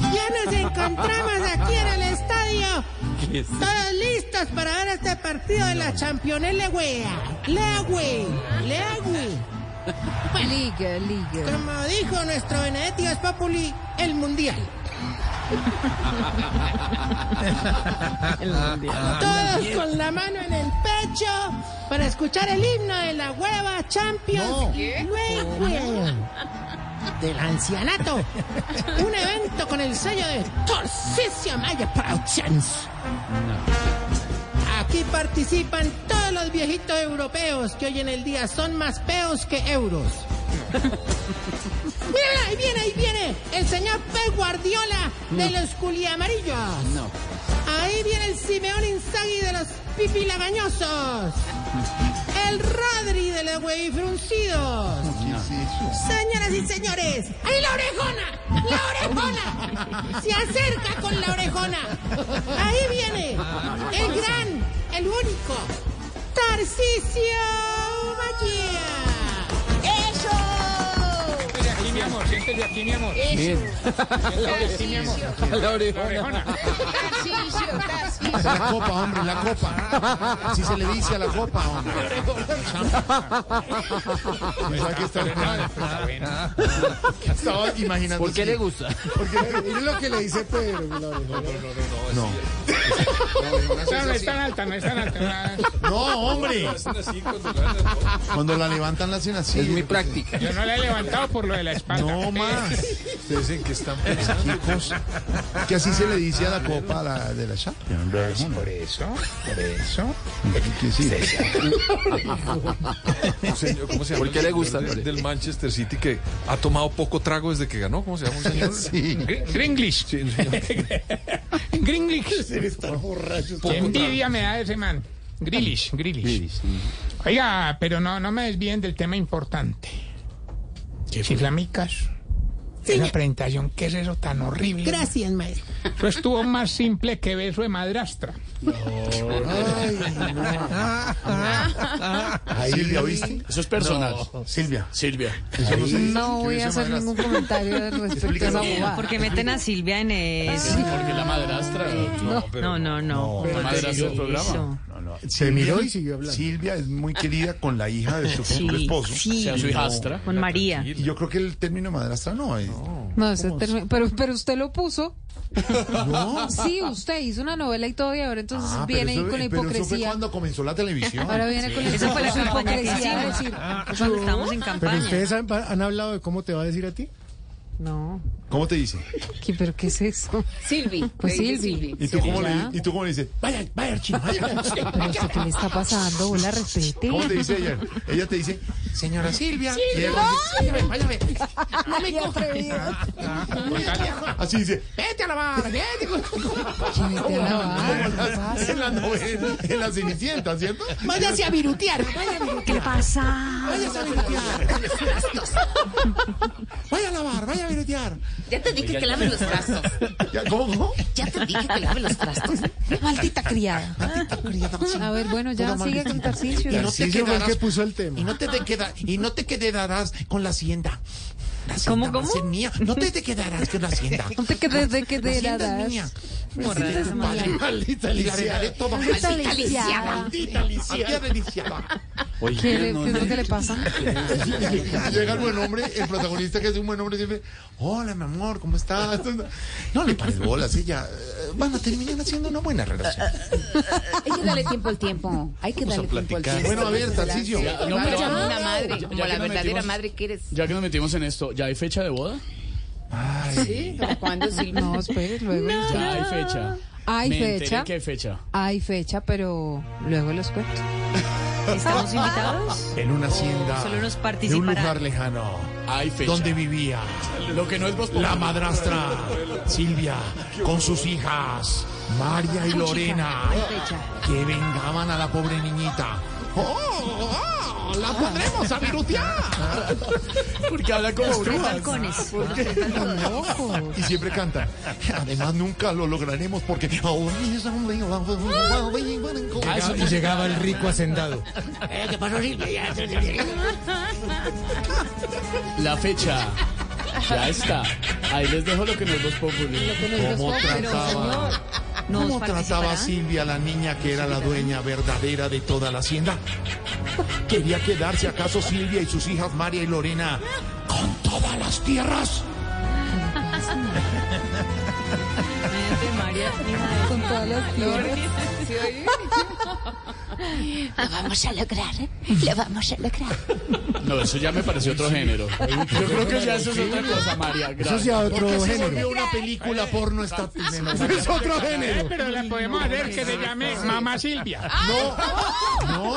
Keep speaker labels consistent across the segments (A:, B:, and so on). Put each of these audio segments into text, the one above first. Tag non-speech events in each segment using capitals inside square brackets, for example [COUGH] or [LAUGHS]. A: Ya nos encontramos aquí en el estadio. Todos listos para ver este partido de la Champions League. League, League.
B: Liga, liga.
A: Como dijo nuestro Benedetti Voz Populi, el Mundial. Todos con la mano en el pecho para escuchar el himno de la hueva Champions League. Del ancianato. Un evento con el sello de Torcicio Maya Productions. Aquí participan todos los viejitos europeos que hoy en el día son más peos que euros. Mírala, ahí viene, ahí viene el señor Pep Guardiola de los culiamarillos. No. Ahí viene el Simeón Inzaghi de los pipilamañosos. El Rodri de los huevifruncidos. Señoras y señores, ¡ahí la orejona! ¡La orejona! Se acerca con la orejona. Ahí viene el gran, el único, Tarcisio Magia. ¡Eso!
C: Siéntese aquí, mi amor, siéntese aquí, mi amor.
B: Tarcisio, Tarcisio.
D: La copa, hombre, la copa. Así se le dice a la copa, hombre. O sea, que está mal. Estaba imaginando. ¿Por qué le gusta? Porque es lo que le dice Pedro. que la orejona. No.
C: No es tan alta, no es tan alta.
D: No, hombre. Cuando la levantan la hacen así. Es muy práctica.
C: Yo no la he levantado por lo de la espalda. Eh,
D: No más. Dicen que están pesquicos. Que así se le dice a la copa la- de la chapa.
C: Por eso, por eso.
D: ¿Qué sí?
E: señor, ¿cómo se llama?
F: ¿Por qué
E: el
F: le
E: señor
F: gusta?
E: Del, del Manchester City que ha tomado poco trago desde que ganó. ¿Cómo se llama un señor?
D: [LAUGHS] Sí.
C: [LAUGHS] Gr- Gringlish.
E: Sí, un señor.
C: [LAUGHS] Gringlish. Qué envidia me da ese man. Grillish, Grillish. Oiga, pero no, no me desvíen del tema importante. Chiflamicas. Esa presentación, ¿qué es eso tan horrible?
A: Gracias, maestro.
C: Eso estuvo más simple que beso de madrastra.
D: Silvia, ¿oíste?
F: Eso es personal.
D: Silvia.
F: Silvia.
B: No voy a hacer
G: [LAUGHS]
B: ningún comentario respecto a esa bobada.
G: Porque meten a Silvia
B: "Ah,
G: en eso.
F: Porque la madrastra.
G: No,
F: No,
G: no, no.
F: la madrastra del programa.
D: Se miró y siguió hablando. Silvia es muy querida con la hija de su futuro esposo.
F: O
G: Sí,
F: sea, su hijastra.
G: con María.
D: Y yo creo que el término madrastra no es. No.
B: No, ese término- pero, pero usted lo puso. Sí, usted hizo una novela y todo, y ahora entonces
D: Ah, pero
B: viene ahí
D: eso-
B: con la
D: pero eso fue
B: hipocresía.
D: cuando comenzó la televisión.
B: Ahora viene con la
G: Esa fue la
B: su
G: campaña que
B: hipocresía. de
G: hicimos.
B: decir,
G: Cuando estábamos en campaña.
D: han, hablado de cómo te va a decir a ti?
B: No,
D: ¿Cómo te dice?
B: ¿qué- ¿pero qué es eso?
G: Silvi.
B: Pues Silvi.
D: ¿Y tú, cómo le,
B: ¿Ya?
D: ¿Y tú cómo le dices? Vaya, vaya, chino, vaya.
B: ¿Pero usted qué le está pasando? Hola, respete.
D: ¿Cómo te dice ella? Ella te dice, señora Silvia. Y ella dice, "Váyame, váyame". Así dice, vete a la barra, vete.
B: ¿Quién te la va?
D: Como las- en la novela, en la Cenicienta, ¿cierto?
A: Váyase a virutear.
G: ¿Qué le pasa?
A: Váyase a virutear.
D: Vaya a lavar, vaya a virutear.
H: [LAUGHS] Ya te dije que laves los trastos.
D: Ya, ¿Cómo, cómo?
H: Ya te dije que laves los trastos.
B: Maldita criada. A ver, bueno, ya sigue con Tarcicio.
D: Y no te quedarás,
F: que puso el tema.
D: y no te, te queda- y no te quedarás con la hacienda. La hacienda
G: ¿Cómo,
D: va a
G: cómo?
D: ser mía. No te, te quedarás con la hacienda.
B: No te quedes de que
D: La
B: te la
D: hacienda es
B: das.
D: mía.
G: Morra, esa madre.
D: Maldita lisiada. todo.
B: Maldita lisiada.
D: Maldita lisiada. Maldita lisiada.
B: ¿Qué, le- qué es lo que le pasa?
D: Llega el buen hombre, el protagonista que es un buen hombre siempre, hola mi amor, ¿cómo estás? No le pares bolas, ella. eh, Van a terminar haciendo una buena relación.
H: Hay que darle tiempo al tiempo. Hay que darle tiempo al tiempo.
D: Bueno, a ver, Tarcicio.
H: No,
F: pero-
H: como una madre,
F: ya
H: como
F: que
H: la
F: nos
H: verdadera
F: metimos-
H: madre que eres.
F: Ya que nos metimos en esto, ¿ya hay fecha de boda?
G: Sí, ¿o cuándo sí?
B: No, espere, luego.
G: No.
B: les-
F: Ya hay fecha.
B: Ah. Hay
F: Me enteré
B: fecha.
F: que hay fecha.
B: Hay fecha, pero luego los cuento.
G: ¿Estamos invitados?
D: En una hacienda.
G: Solo nos
D: De un
G: participarán.
D: lugar lejano.
F: Hay fecha.
D: Donde vivía
F: Lo que no es vos
D: la madrastra Silvia con sus hijas María
G: Ay,
D: y Lorena
G: chica, hay fecha.
D: que vengaban a la pobre niñita. ¡Oh! oh, ¡La pondremos a virutear!
F: Porque habla como
G: Tres
F: brujas.
G: balcones.
D: Y siempre canta. Además, nunca lo lograremos porque.
I: Y llegaba el rico hacendado.
F: La fecha. Ya está. Ahí les dejo lo que no es vos populi.
D: ¿Cómo trataba,
G: Nos
D: cómo trataba
G: participará.
D: a Silvia, a la niña que era la dueña verdadera de toda la hacienda? ¿Quería quedarse acaso Silvia y sus hijas María y Lorena con todas las tierras?
G: Vente, María.
B: Con todas las tierras.
H: Lo vamos a lograr, ¿eh? Lo vamos a lograr.
F: No, eso ya me pareció otro género. Yo creo que ya eso es otra cosa, María.
I: Eso
F: Gracias.
I: sí, a otro
D: Porque se
I: género.
D: volvió una película porno esta
I: Es otro
C: Eh,
I: género.
C: pero la podemos hacer que se llame Mamá Silvia.
D: No,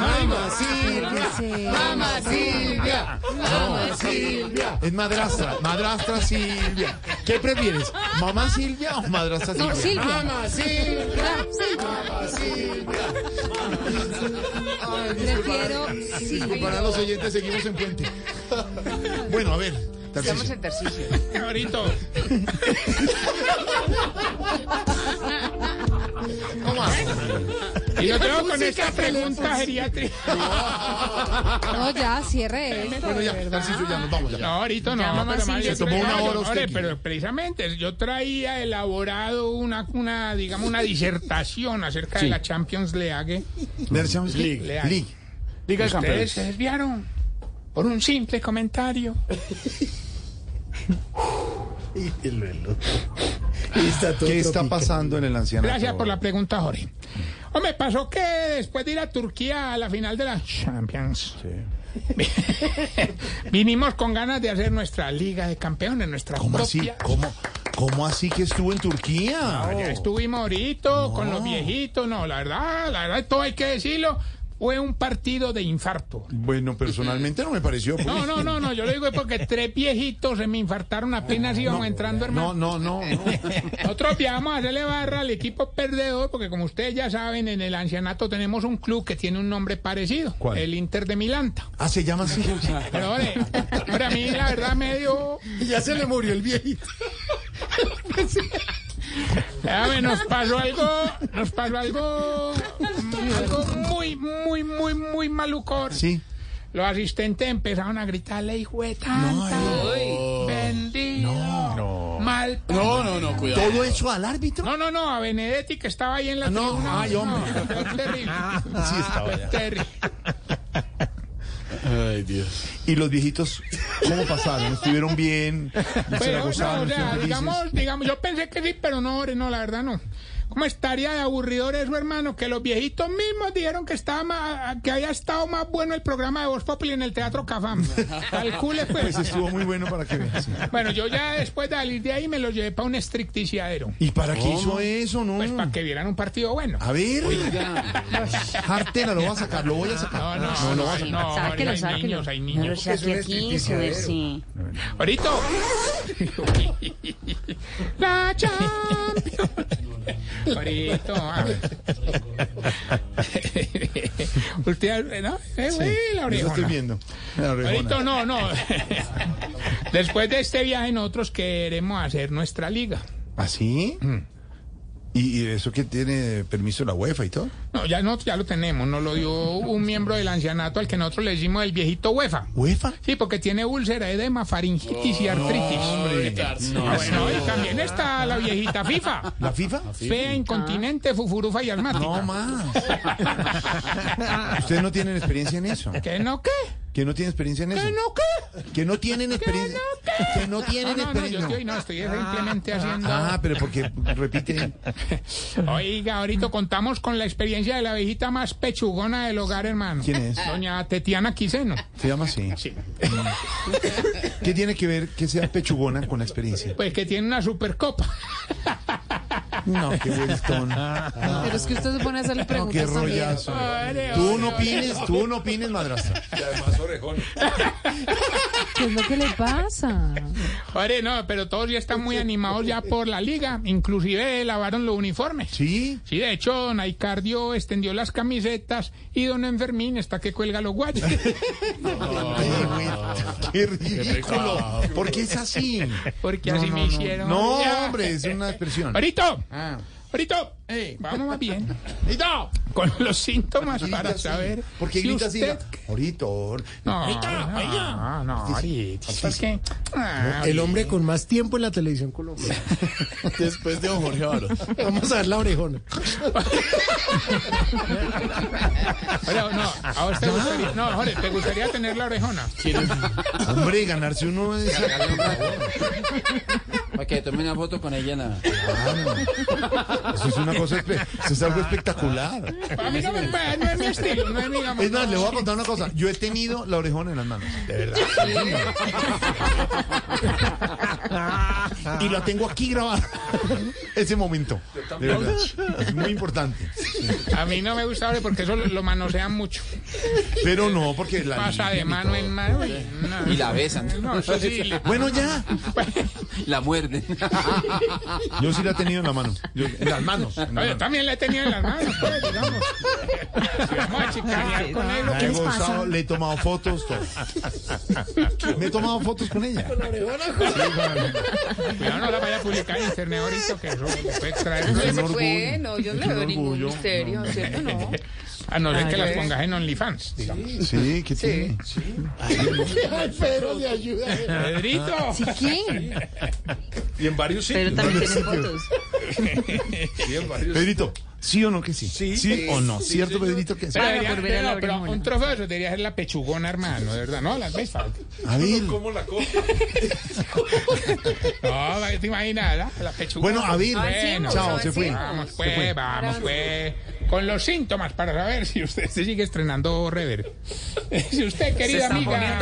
I: Mamá Silvia, mamá Silvia, mamá Silvia.
D: es madrastra, madrastra Silvia. ¿Qué prefieres? ¿Mamá Silvia o madrastra Silvia?
B: No, Silvia.
I: Mamá
B: Ah,
I: Silvia, mamá Silvia.
B: Prefiero Silvia.
D: Para los oyentes, seguimos en puente. [LAUGHS] Bueno, a ver. Tarcisio.
C: Ahorita.
D: ¿Cómo haces?
C: Y yo tengo con esta pregunta geriátrica.
B: No, ya, cierre esto.
D: Bueno, ya, Tarcisio, ya nos vamos.
C: No,
D: Ya.
C: ahorita
G: Ya,
C: no,
G: mamá,
C: pero
G: sí,
C: María,
G: ya
D: tomó una hora usted aquí.
C: pero precisamente yo traía elaborado una, una digamos, una disertación acerca de la Champions League. League.
D: Lee.
F: Diga el campeón.
C: Ustedes se desviaron por un simple comentario.
D: ¿Qué está pasando en el anciano?
C: Gracias por la pregunta, Jorge. Hombre, pasó que después de ir a Turquía a la final de la Champions, [LAUGHS] vinimos con ganas de hacer nuestra Liga de Campeones, nuestra
D: ¿Cómo así?
C: propia.
D: ¿Cómo, ¿Cómo así que estuvo en Turquía?
C: Ya estuvimos ahorita con los viejitos, no, la verdad, la verdad, todo hay que decirlo, fue un partido de infarto.
D: Bueno, personalmente no me pareció. pues.
C: No, no, no, no, yo lo digo es porque tres viejitos se me infartaron apenas íbamos entrando, hermano.
D: No, no,
C: [LAUGHS]
D: no. no.
C: Nosotros viajamos a hacerle barra al equipo perdedor, porque como ustedes ya saben, en el ancianato tenemos un club que tiene un nombre parecido,
D: ¿Cuál?
C: el Inter de Milanta.
D: Ah, se llama así.
C: Pero hombre, hombre, a mí la verdad me dio...
D: ya se le murió
C: [LAUGHS]
D: el viejito.
C: Déjame, nos pasó algo, nos pasó algo, algo muy, muy, muy, muy malucor.
D: Sí.
C: Los asistentes empezaron a gritarle, hijo de
D: No,
C: tanta, vendido, mal. pa-".
F: No, no, no, cuidado.
D: ¿Todo eso al árbitro?
C: No, no, no, a Benedetti que estaba ahí en la
D: no,
C: tribuna.
D: ay, hombre.
C: No, fue terrible,
D: Sí, [LAUGHS] estaba ya.
C: terrible.
F: Ay, Dios.
D: ¿Y los viejitos cómo pasaron? ¿Estuvieron bien? ¿Se la
C: Pero, no,
D: gozaron?
C: o sea,
D: ¿Estuvieron felices?
C: digamos, digamos, yo pensé que sí, pero no, hombre, no, la verdad no. ¿Cómo estaría de aburridor eso, hermano? Que los viejitos mismos dijeron que estaba más- que había estado más bueno el programa de Voz Populi en el Teatro Cafam. Calcule, pues.
D: Pues estuvo muy bueno para que vean. sí.
C: Bueno, yo ya después de salir de ahí me lo llevé para un estricticiadero.
D: ¿Y para qué hizo eso, no?
C: Pues para que vieran un partido bueno.
D: A ver. Jartera, lo voy a sacar, lo voy
C: [LAUGHS]
D: a sacar.
C: No, no, no, no, ahorita
G: Sáquelo,
C: hay
G: sáquelo.
C: niños, hay
G: No lo
C: niños.
G: saque aquí, joder, sí.
C: Ahorita. La Champions. Ahorita. a ver.
D: ah.
C: [LAUGHS] Usted, ¿no? Eh, güey, la
D: Eso estoy
C: orejona.
D: viendo. La orejona.
C: Ahorita no, [LAUGHS] no. Después de este viaje nosotros queremos hacer nuestra liga.
D: ¿Ah, sí?
C: Mm.
D: ¿Y, y eso que tiene permiso la UEFA y todo?
C: No, ya no, ya lo tenemos, nos lo dio un miembro del ancianato al que nosotros le decimos el viejito UEFA.
D: ¿UEFA?
C: Sí, porque tiene úlcera, edema, faringitis y artritis.
F: No,
C: Ah, bueno, y también está la viejita Ah, FIFA.
D: ¿La FIFA?
C: Fea, incontinente, fufurufa y
D: No
C: asmática. [LAUGHS]
D: más. Ustedes no tienen experiencia en eso.
C: ¿Que no qué?
D: ¿Que no tienen experiencia en eso?
C: ¿Que no qué?
D: Que no tienen experiencia. Que no tienen
C: No, no, no, yo
D: experiencia.
C: estoy, no, estoy simplemente haciendo...
D: Ah, pero porque repiten.
C: Oiga, ahorita contamos con la experiencia presencia de la viejita más pechugona del hogar, hermano.
D: ¿Quién es?
C: Doña Tetiana Quiseno.
D: ¿Se
C: [LAUGHS]
D: llama así? Sí. ¿Qué tiene que ver que sea pechugona con la experiencia?
C: Pues que tiene una supercopa. [LAUGHS]
D: No, qué vueltón.
C: Ah.
J: Pero es que usted se pone a hacerle
D: No, qué
J: preguntas también.
D: rollazo. Tú no opines, tú no opines, madrastra.
E: Y además orejón.
J: ¿Qué es lo que le pasa?
C: Oye, no, pero todos ya están muy animados ya por la liga. Inclusive lavaron los uniformes.
D: Sí.
C: Sí, de hecho, don Aicardio extendió las camisetas y don Enfermín está que cuelga los guayos.
D: [LAUGHS]
C: Ah.
D: Ay, güey, Qué ridículo. ¿Por qué es así?
C: Porque
D: No,
C: así
D: no,
C: me
D: no.
C: hicieron.
D: No,
C: Ya.
D: hombre, Ah. es una expresión.
C: Ahorito. Ahorito. Eh, vamos más
D: [LAUGHS]
C: bien. Ahorito. Con los síntomas
D: Grita
C: para
D: así.
C: saber.
D: ¿Por qué
C: si
D: grita así?
C: usted-
D: Ahorita. ahor-
C: No,
D: Ahorita,
C: no,
D: ahorita.
C: no, no, ahorita. Es que- Ah,
A: El hombre con más tiempo en la televisión
D: [LAUGHS]
A: colombiana. Después de don Jorge Barón. Vamos a ver la orejona.
C: Pero no, a vos te gustaría, no, Jorge, te gustaría tener la orejona.
D: Hombre, ganarse uno es.
C: [LAUGHS]
F: Para que tome una foto con ella nada.
D: Eso es
C: [LAUGHS]
D: una cosa. espe- Eso es algo espectacular.
C: A mí no me puede, no es mi estilo, no es mi gama.
D: Es más, le voy a contar una cosa. Yo he tenido la orejona en las manos. De verdad. Y la tengo aquí grabada. Ese momento. De verdad. Es muy importante.
C: A mí no me gusta Jorge, porque eso lo- lo manosean mucho.
D: Pero no, porque la.
C: Pasa de mano en mano. uy, no.
F: Y la besan.
C: No, eso [LAUGHS] sí, le-
D: Bueno, ya.
F: La muerden.
D: Yo sí la he tenido en la mano. Yo- en las manos. en
C: No,
D: las
C: yo
D: manos.
C: también la he tenido en las manos, pues, digamos. Si vamos a chicanear con él,
D: La he gozado, le he tomado fotos, todo. Me he tomado fotos con ella.
C: cuidado, no la vaya a publicar en internet ahorita, que eso le puede traer.
D: Es un
B: Fue, no, yo no le veo
D: un
B: ningún
D: orgullo.
B: misterio, ¿cierto? No.
C: A no ser que las
B: Ay,
C: pongas en OnlyFans, digamos.
D: Sí, ¿qué tiene?
A: Pero de ayuda.
C: Pedrito.
J: ¿Sí qué?
E: Y en varios
B: Pero
E: sitios.
B: también tiene fotos.
E: [LAUGHS] Sí, en varios
D: Pedrito, ¿sí o no que sí? Sí, o no. ¿Cierto, Pedrito, que sí?
C: Pero,
J: Paga
C: debería-
J: por ver a
C: no,
J: la
C: pero
J: orejona.
C: un trofeo eso debería ser la pechugona, hermano, de verdad. No, las ves.
D: A ver.
E: ¿Cómo la copa?
C: No, te imaginas, ¿verdad? La pechugona.
D: Bueno, a ver.
C: Bueno,
D: Chao, se fue. Ah,
C: Vamos,
D: Se fue.
C: pues, vamos, pues. Con los síntomas para saber si usted se sigue estrenando rever. [LAUGHS] Si usted, querida amiga.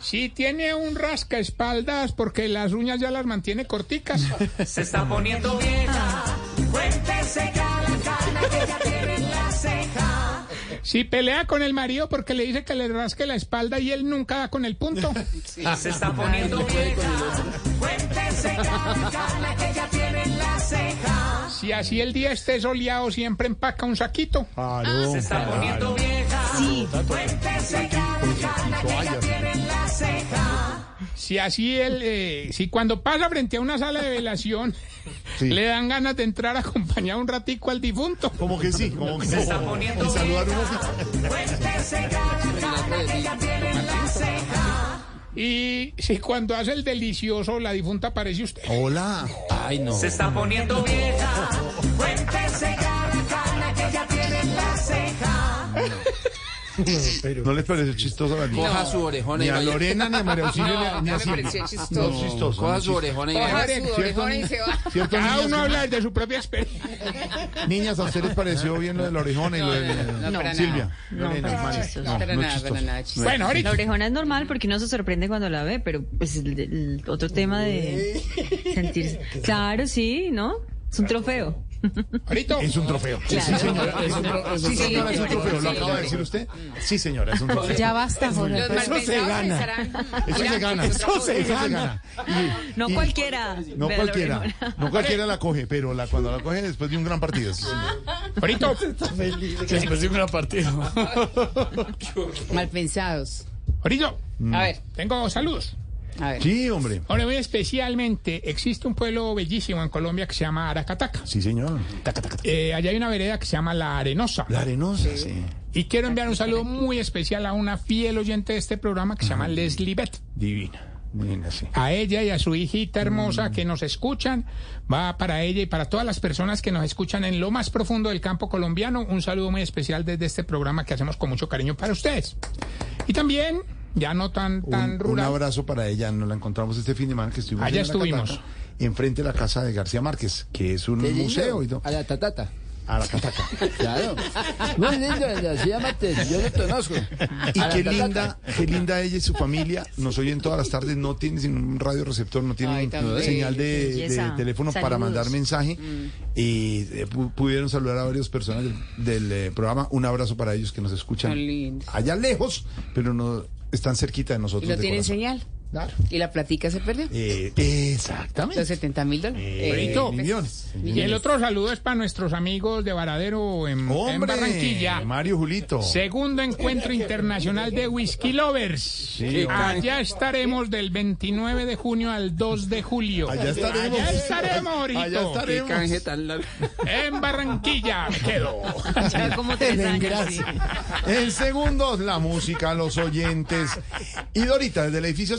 C: Si tiene un rascaespaldas porque las uñas ya las mantiene corticas.
A: Se está poniendo vieja. Cuéntese ya la cana que ya tiene en la ceja.
C: Si pelea con el marido porque le dice que le rasque la espalda y él nunca da con el punto.
A: Se está poniendo vieja. Cuéntese ya la cana que ya tiene en la ceja.
C: Si así el día esté soleado, siempre empaca un saquito.
A: Se está poniendo vieja. Sí. Cuéntese ya la cana que ya tiene en la ceja.
C: Si así él, eh, si cuando pasa frente a una sala de velación,
D: Sí.
C: le dan ganas de entrar a acompañar un ratico al difunto.
D: Como que sí, como que sí.
A: Se está poniendo
D: Y saludar uno así.
A: Cuéntese ya la cana que ya tiene en la ceja.
C: Y si cuando hace el delicioso, la difunta aparece usted.
D: Hola.
F: Ay, no.
A: Se está poniendo vieja. Cuéntese ya la cana que ya tiene en la ceja.
D: ¿No les pareció chistoso a la niña?
F: Coja su orejona
D: Ni
F: y
D: a
F: vaya.
D: Lorena, ni a María Auxilio, ni a- ni
B: ya
D: a
B: me
D: Silvia.
B: pareció
D: No, es
B: chistoso.
D: chistoso.
F: Coja
D: no es
F: su orejona y
B: Coja
F: vaya.
B: su orejón y se va. Ah,
D: ¿Cierto,
C: Cada
D: niñas?
C: uno habla de su propia experiencia.
D: Niñas, ¿a ustedes les pareció bien lo de la orejona y lo de
B: No, para
D: Silvia?
B: nada. No,
D: Lorena,
B: para
D: María.
B: chistoso.
D: No,
B: Para
D: no es
B: nada, para
D: chistoso.
B: nada chistoso.
C: Bueno,
B: La
C: ahorita.
B: orejona es normal porque uno se sorprende cuando la ve, pero pues el, el otro tema de sentirse. Claro, sí, ¿no? Es un trofeo.
C: Ahorita.
D: Es un trofeo. Sí,
B: Claro.
D: señora. es un tro- Sí, señora, es un trofeo. ¿Lo acaba de decir usted? Sí, señora, es un trofeo.
J: Ya basta, Jorge.
B: Los malpensados
A: se gana.
B: pensarán,
D: Eso
B: "Mira,
D: se gana.
B: es otra
D: Eso se
B: cosa".
D: gana. Y-
B: No
D: y-
B: cualquiera.
D: No
B: ve a la
D: cualquiera,
B: orejona.
D: no cualquiera la coge, pero la, cuando la coge después de un gran partido.
C: Ahorita.
F: Después de una partida.
K: Mal pensados.
C: Ahorita.
B: A ver,
C: Tengo saludos.
B: a ver.
D: Sí, hombre.
C: Ahora muy especialmente, existe un pueblo bellísimo en Colombia que se llama Aracataca.
D: Sí, señor.
C: Eh, allá hay una vereda que se llama La Arenosa.
D: La arenosa, sí.
C: Y quiero enviar un saludo muy especial a una fiel oyente de este programa que se llama Leslie Beth.
D: Divina. Divina, sí.
C: a ella y a su hijita hermosa que nos escuchan. Va para ella y para todas las personas que nos escuchan en lo más profundo del campo colombiano. Un saludo muy especial desde este programa que hacemos con mucho cariño para ustedes. Y también Ya no tan, tan
D: un, un
C: rural.
D: abrazo para ella. Nos la encontramos este fin de semana que estuvimos
C: Allá
D: en la
C: estuvimos.
D: Cataca, enfrente de la casa de García Márquez, que es un
F: Qué lindo.
D: museo. Y todo.
F: A la tatata.
D: A la Cataca.
F: Claro. Muy lindo, se llama Ted, yo lo conozco.
D: Y
F: A la
D: qué
F: tatata.
D: linda, qué linda ella y su familia. Nos oyen todas las tardes, no tienen sin un radioreceptor, no tienen
F: tan bello,
D: señal de,
F: qué
D: de
F: belleza.
D: teléfono para
F: Saludos.
D: mandar mensaje. Y eh, pu- pudieron saludar a varias personas del, del, eh, programa. Un abrazo para ellos que nos escuchan
B: Tan lindo.
D: allá lejos, pero no están cerquita de
B: Y
D: nosotros.
B: no
D: de
B: tienen
D: corazón.
B: señal. Y la platica se perdió.
D: Eh, exactamente.
B: Los 70 mil dólares.
D: Eh,
B: Eh,
D: millones.
C: Y el otro saludo es para nuestros amigos de Varadero en, en
D: Hombre,
C: Barranquilla.
D: Mario Julito.
C: Segundo encuentro internacional de Whisky Lovers. Allá estaremos del 29 de junio al 2 de julio.
L: Allá estaremos.
C: Allá estaremos, Jorito.
L: Allá estaremos. Qué canje tan largo.
C: En Barranquilla me quedo.
D: El engrase. En segundos, la música, los oyentes. Y Dorita, desde el edificio